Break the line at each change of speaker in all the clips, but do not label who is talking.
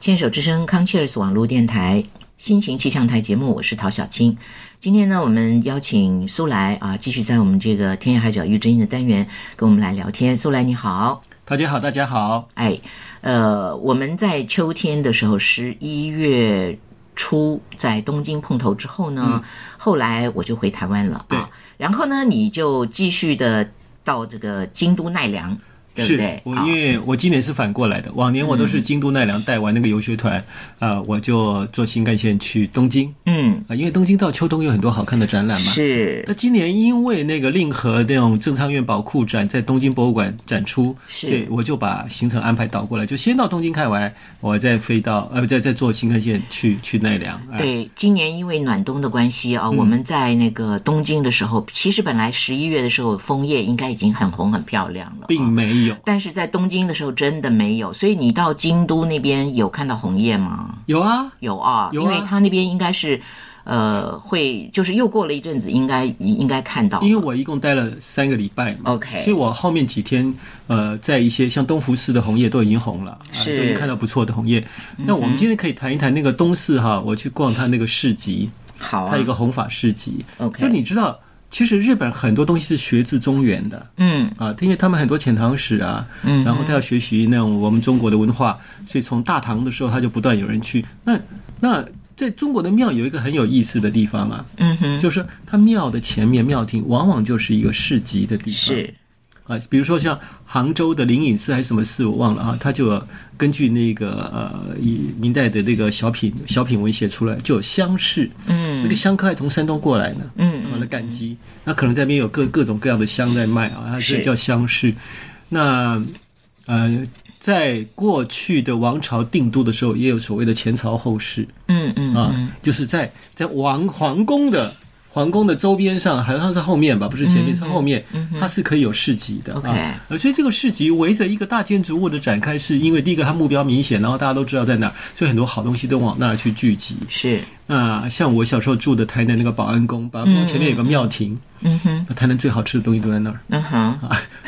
牵手之声 Concheers 网络电台心情气象台节目，我是陶小青。今天呢，我们邀请苏来啊，继续在我们这个天涯海角遇知音的单元跟我们来聊天。苏来你好，
陶姐好，大家好。
哎，呃，我们在秋天的时候，十一月初在东京碰头之后呢，后来我就回台湾了
嗯对
啊。然后呢，你就继续的到这个京都奈良，对不对
是？我
啊，
因为我今年是反过来的，往年我都
嗯
是京都奈良带完那个游学团，啊、我就坐新干线去东京
嗯，
啊、因为东京到秋冬有很多好看的展览嘛。
是
那今年因为那个令和那种正仓院宝库展在东京博物馆展出，
是
对，我就把行程安排倒过来，就先到东京看完，我再飞到呃，不再再坐新干线去去奈良。啊，
对，今年因为暖冬的关系
嗯
啊，我们在那个东京的时候，其实本来十一月的时候枫叶应该已经很红很漂亮了啊，
并没有。
但是在东京的时候真的没有，所以你到京都那边有看到红叶吗？
有啊，
有啊，
有啊
因为它那边应该是，呃，会就是又过了一阵子，应该应该看到。
因为我一共待了三个礼拜嘛
OK
所以我后面几天，呃，在一些像东福寺的红叶都已经红了，
是嗯
啊、都已经看到不错的红叶。那我们今天可以谈一谈那个东寺哈，我去逛它那个市集，
好啊
它有一个红法市集。
，OK，
就你知道，其实日本很多东西是学自中原的
嗯
啊，因为他们很多遣唐使啊，
嗯
然后他要学习那种我们中国的文化，所以从大唐的时候他就不断有人去。那那在中国的庙有一个很有意思的地方啊，
嗯哼，
就是它庙的前面庙庭往往就是一个市集的地方，
是
啊、比如说像杭州的灵隐寺还是什么寺，我忘了啊，它就有根据那个呃以明代的那个小品小品文写出来，就有乡市，
嗯
那个香客还从山东过来呢，
嗯
完了赶集，那可能在那边有各各种各样的香在卖啊，它
是
这叫乡市。那呃，在过去的王朝定都的时候，也有所谓的前朝后世，
嗯嗯
啊
嗯，，
就是在在王皇宫的皇宫的周边上，好像是后面吧，不是前
嗯
面，是后面，它是可以有市集的
OK
啊。呃所以这个市集围着一个大建筑物的展开，是因为第一个它目标明显，然后大家都知道在哪儿，所以很多好东西都往那儿去聚集。
是
那像我小时候住的台南那个保安宫，保安宫前面有个庙亭，
嗯哼
台南最好吃的东西都在那儿。
嗯
啊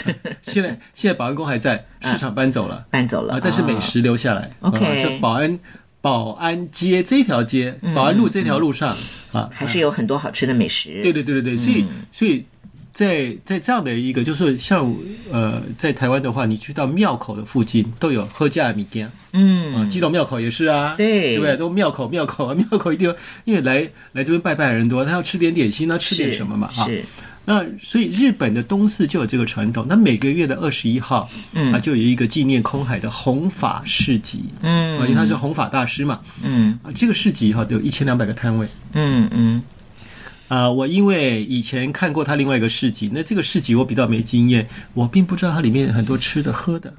哼，
现在现在保安宫还在，市场搬走了。
搬走
啊
了，，
但是美
啊
食留下来。
OK
啊是保安保安街这条街，保安路这条路上啊，
嗯还是有很多好吃的美食。
对对对对对，
嗯
所以所以在在这样的一个，就是像呃，在台湾的话，你去到庙口的附近都有喝价米店
嗯，
啊，基隆庙口也是啊，
对
对不对？都庙口庙口啊，庙口一定要因为来来这边拜拜的人多，他要吃点点心，他吃点
是
什么嘛啊？
是
那所以日本的东寺就有这个传统，那每个月的二十一号，
嗯
啊，就有一个纪念空海的弘法市集，
嗯
啊，因为他是弘法大师嘛，
嗯
啊，这个市集哈、有一千两百个摊位，
嗯嗯
啊、我因为以前看过他另外一个市集，那这个市集我比较没经验，我并不知道它里面很多吃的喝 的，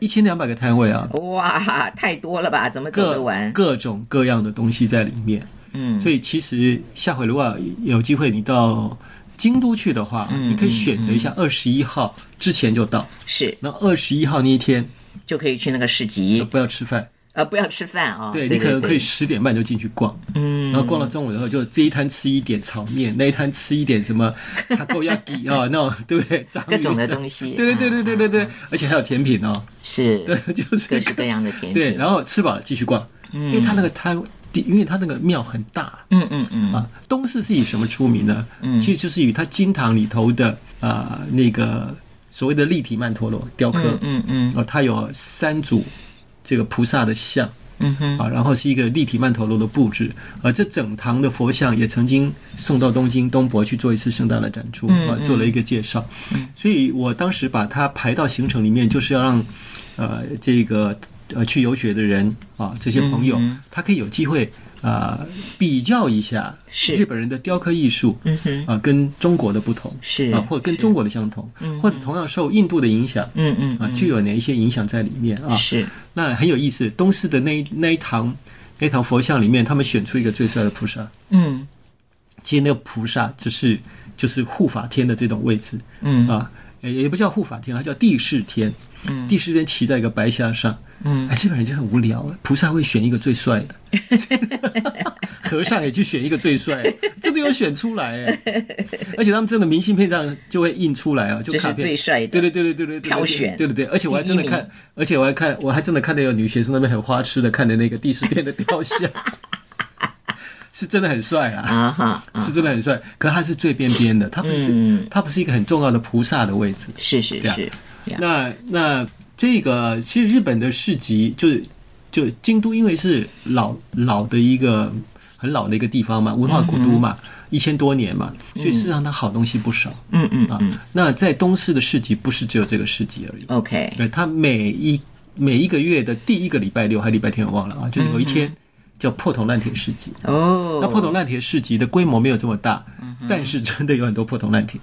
一千两百个摊位啊，
嗯，哇，太多了吧？怎么走得
各
完？
各种各样的东西在里面，
嗯，
所以其实下回如果有机会你到京都去的话，
嗯
你可以选择一下二十一号之前就到，
是
那二十一号那一天
就可以去那个市
呃
集，
不要吃饭，
呃，不要吃饭啊、
对
对
你可能可以
对
十点半就进去逛，嗯，然后逛到中午的时候，就这一摊吃一点炒面，那一摊吃一点什 么塔勾亚吉啊，那种对不对？章鱼
各种的
章
东西
对对对
嗯
对对对对，而且还有甜品哦，
是
就是
各式各样的甜品。
对，然后吃饱了继续逛，因为他那个摊，因为他那个庙很大
嗯嗯嗯，
啊，东寺是以什么出名呢？其实就是以它金堂里头的啊那个所谓的立体曼陀罗雕刻，
嗯嗯
哦，它有三组这个菩萨的像。
嗯哼，
啊，然后是一个立体曼陀罗的布置，而这整堂的佛像也曾经送到东京东博去做一次盛大的展出，
嗯
啊，做了一个介绍，所以我当时把它排到行程里面，就是要让呃这个呃去游学的人啊这些朋
嗯
友，他可以有机会啊、比较一下
是
日本人的雕刻艺术，
嗯哼，
啊跟中国的不同，
是
啊或者跟中国的相同，或者同样受印度的影响。
嗯嗯
啊，具有哪一些影响在里面啊？
是
那很有意思，东寺的那一那一堂那一堂佛像里面，他们选出一个最帅的菩萨，
嗯
其实那个菩萨只是就是护法天的这种位置
嗯
啊。呃也不叫护法天，它叫帝释天。第四天骑在一个白象上，嗯，哎，这本人就很无聊。啊菩萨会选一个最帅的， 和尚也去选一个最帅的，真的有选出来哎，而且他们真的明信片上就会印出来啊，就
这
卡
是
片
最帅的
对对对对对对，对
票选
对对对，而且我还
第
真
一
的
名
看，而且我还看，我还真的看到有女学生那边很花痴的看的那个第四天的雕 像，是真的很帅啊。
啊哈，啊
是真的很帅，可他是最边边的，他不是、
嗯
他不是一个很重要的菩萨的位置。
是是
对啊
是，呀
那那这个其实日本的市集就是就京都，因为是老老的一个很老的一个地方嘛，文化古都嘛，一千多年嘛，所以事实上它好东西不少、
嗯嗯
啊。那在东市的市集不是只有这个市集而已，
，OK，
对，它每一每一个月的第一个礼拜六还礼拜天我忘了啊，就有一天叫破铜烂铁市集。
嗯哦，嗯
那破铜烂铁市集的规模没有这么大，但是真的有很多破铜烂铁。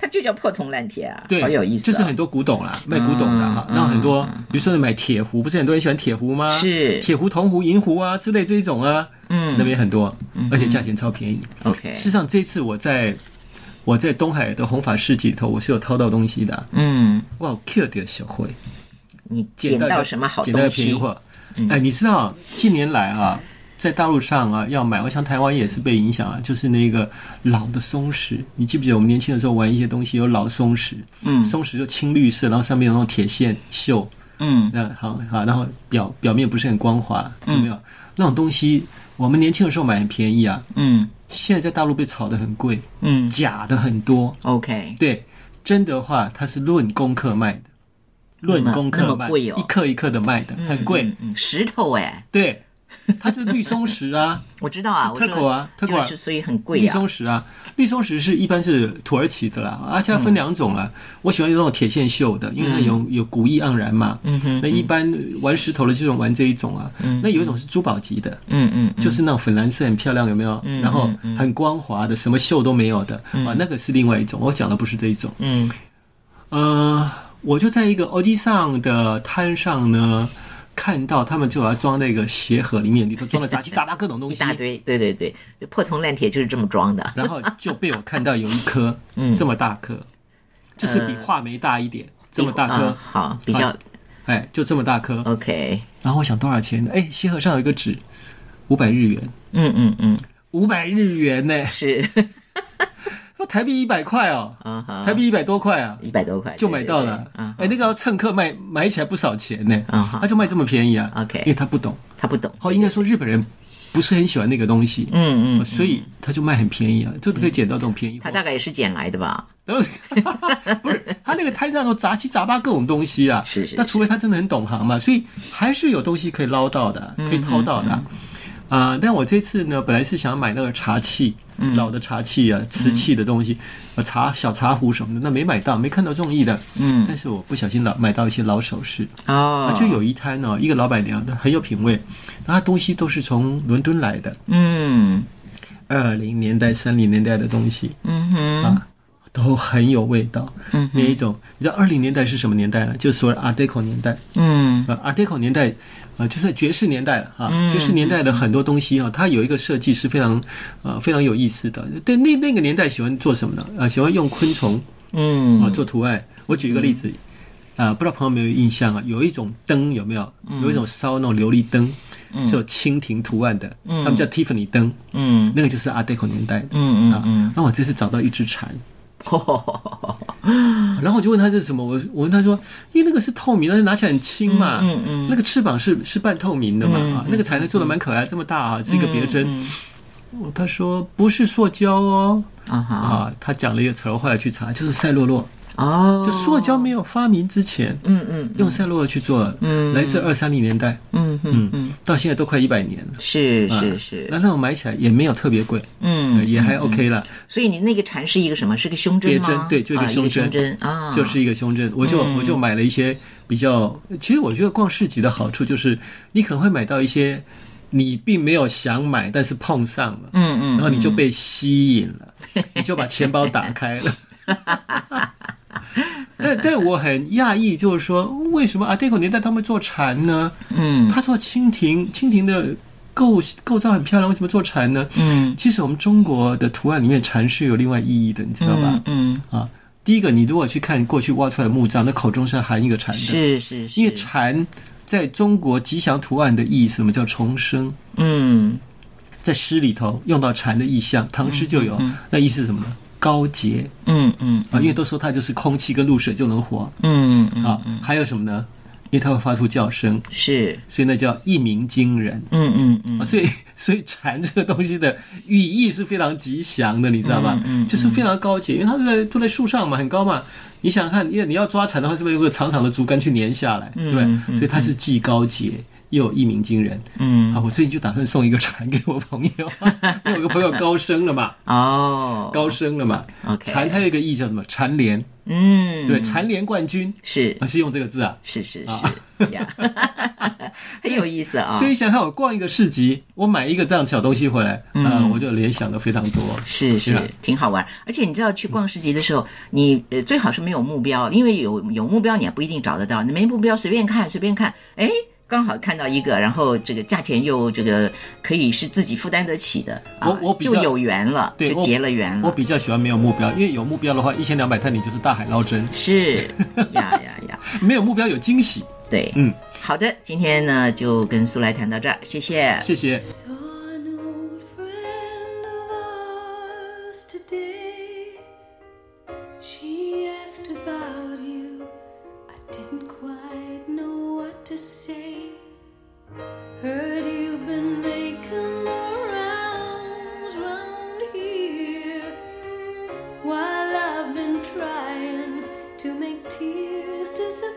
它就叫破铜烂铁啊，
对，
好有意思
就是
啊，嗯
很多古董啦，卖古董的哈，然后很多，比如说你买铁壶，不是很多人喜欢铁壶吗？
是
铁壶、铜壶、银壶啊之类这一种啊，
嗯
那边很多，而且价钱超便宜。
，OK，
事实上，这次我在我在东海的弘法市集里头，我是有掏到东西的啊，
嗯，
哇我 Q 的小慧，
你
捡
捡
一
到
个
什么好
捡到一
东
个便宜
西？嗯
货。哎，你知道近年来啊，在大陆上啊要买，我想台湾也是被影响啊，就是那个老的松石，你记不记得我们年轻的时候玩一些东西有老松石，嗯，松石就青绿色，然后上面有那种铁线锈，
嗯，
那好好，然后表表面不是很光滑，有没有？那种东西我们年轻的时候买很便宜啊，
嗯
现在在大陆被炒得很贵，
嗯
假的很多，
，OK，
对，真的话它是论功课卖的。论
那么
功
那
课
么
卖，
贵哦
一克一克的卖的，很贵。
嗯，嗯石头哎，
对，它就是绿松 石啊，
我知道啊，我
特口
说
啊，特口
就
啊，
是所以很贵
绿
啊，
松石啊，绿松石是一般是土耳其的啦，而且它分两种啊。我喜欢用那种铁线锈的，因为它有有古意盎然嘛。
嗯哼，
那一般玩石头的就用玩这一种啊。那有一种是珠宝级的，
嗯嗯嗯
就是那种粉蓝色很漂亮，有没有？然后很光滑的，什么锈都没有的啊，那个是另外一种。我讲的不是这一种。
嗯
呃，我就在一个欧基上的摊上呢，看到他们就把它装在一个鞋盒里面，里头装了杂七杂八各种东
一
西，
大堆，对对对，就破铜烂铁就是这么装的，
然后就被我看到有一颗
嗯呃
这么大颗，就是比话梅大一点，这么大颗，
啊好，比较
哎，就这么大颗。
OK，
然后我想多少钱呢？哎，鞋盒上有一个纸，五百日元，
嗯嗯嗯，
五百日元呢、
是，
那台币一百块哦，
啊哈，
台币一百多块啊，
一百多块
就买到了。
啊
哎，那个要蹭课卖，买起来不少钱呢、
啊哈
他就卖这么便宜啊
OK
因为他不懂。
他不懂，
好，哦应该说日本人不是很喜欢那个东西，
嗯嗯，
所以他就卖很便宜啊，就可以捡到这种便宜货
他。大概也是捡来的吧，
然后 不是他那个摊上都杂七杂八各种东西啊，
是是
那除非他真的很懂行嘛，所以还是有东西可以捞到的，
嗯
可以掏到的。啊、但我这次呢，本来是想买那个茶器，
嗯
老的茶器啊，瓷器的东西，呃茶小茶壶什么的，那没买到，没看到中意的。
嗯，
但是我不小心老买到一些老首饰，
哦
啊，，就有一摊哦，一个老板娘，她很有品味，她东西都是从伦敦来的，
嗯
二零年代、三零年代的东西
嗯哼，
啊，都很有味道。
嗯，
那一种，你知道二零年代是什么年代呢？就是所谓 Art Deco 年代
嗯
啊，Art Deco 年代啊、呃就是爵士年代了哈、爵士年
嗯
代的很多东西啊，它有一个设计是非常呃非常有意思的。对，那那个年代喜欢做什么呢？啊，喜欢用昆虫啊
嗯，
做图案。我举一个例子。啊，不知道朋友有没有印象啊？有一种灯有没有？
嗯
有一种烧那种琉璃灯，是有蜻蜓图案的，他们叫 Tiffany 灯，
嗯
那个就是 Art Deco 年代的。
嗯嗯
啊，那我这次找到一只蝉，然后我就问他这是什么，我我问他说，因为那个是透明的，拿起来很轻嘛，
嗯嗯
那个翅膀是是半透明的嘛，啊，那个蝉呢做的蛮可爱，这么大啊，是一个
嗯
别针。哦他说不是塑胶哦，
啊哈，
啊，他讲了一个词儿，我后来去查，就是赛洛洛，
哦，
就塑胶没有发明之前，
嗯嗯
用赛洛洛去做，
嗯
来自二三零年代，
嗯嗯嗯，
到现在都快一百年了。
是是
啊
是，
那那我买起来也没有特别贵，
嗯，
也还 OK 了。
所以你那个蝉是一个什么？是个胸针吗？
别针对就一个
啊
胸针
针啊，
就是一个胸针，我
嗯
就我就买了一些比较，其实我觉得逛市集的好处就是，你可能会买到一些你并没有想买，但是碰上了，
嗯嗯
然后你就被吸引了，你就把钱包打 开了。但但我很讶异，就是说为什么啊 Deco 年代他们做蝉呢？
嗯
他做蜻蜓，蜻蜓的构构造很漂亮，为什么做蝉呢？
嗯
其实我们中国的图案里面，蝉是有另外意义的，你知道吧？
嗯嗯
啊，第一个，你如果去看过去挖出来的墓葬，那口中是含一个禅的，
是是是，
因为禅在中国吉祥图案的意义，什么叫重生？
嗯
在诗里头用到禅的意象，唐诗就有，那意思是什么呢？高洁
嗯嗯
啊，因为都说它就是空气跟露水就能活
嗯嗯，
啊，还有什么呢？因为它会发出叫声，
是，
所以那叫一鸣惊人。
嗯嗯嗯
啊， 所以所以禅这个东西的寓意是非常吉祥的，你知道吧？
嗯嗯嗯
就是非常高级，因为它在都在树上嘛，很高嘛。你想想看，因为你要抓蝉的话，是不是有个长长的竹竿去粘下来，对不对？
嗯嗯
所以它是既高洁又有一鸣惊人。
嗯，
啊，我最近就打算送一个蝉给我朋友， 因为我有个朋友高升了嘛，
哦，
高升了嘛。
OK，
蝉它有一个意义叫什么？蝉联，
嗯，
对，蝉联冠军
是
啊，是用这个字啊。
是是是呀， 很有意思啊
所，以想想，我逛一个市集，我买一个这样小东西回来，啊、
嗯
我就联想的非常多。
是
是啊嗯
是
吧
挺好玩。而且你知道去逛市集的时候，你呃最好是没有目标，因为有有目标你也不一定找得到，你没目标随便看随便看，哎。刚好看到一个，然后这个价钱又这个可以是自己负担得起的，啊、
我我比
就
较
有缘了，
对
就
我
结了缘了。
我比较喜欢没有目标，因为有目标的话，一千两百摊你就是大海捞针；
是呀呀呀，
没有目标有惊喜。
对，
嗯，
好的，今天呢就跟苏来谈到这儿，谢谢。
谢谢。
Saw an old friend of ours today. She asked about you. I didn't quite know what to say. Heard you've been making the rounds round here. While I've been trying to make tears disappear.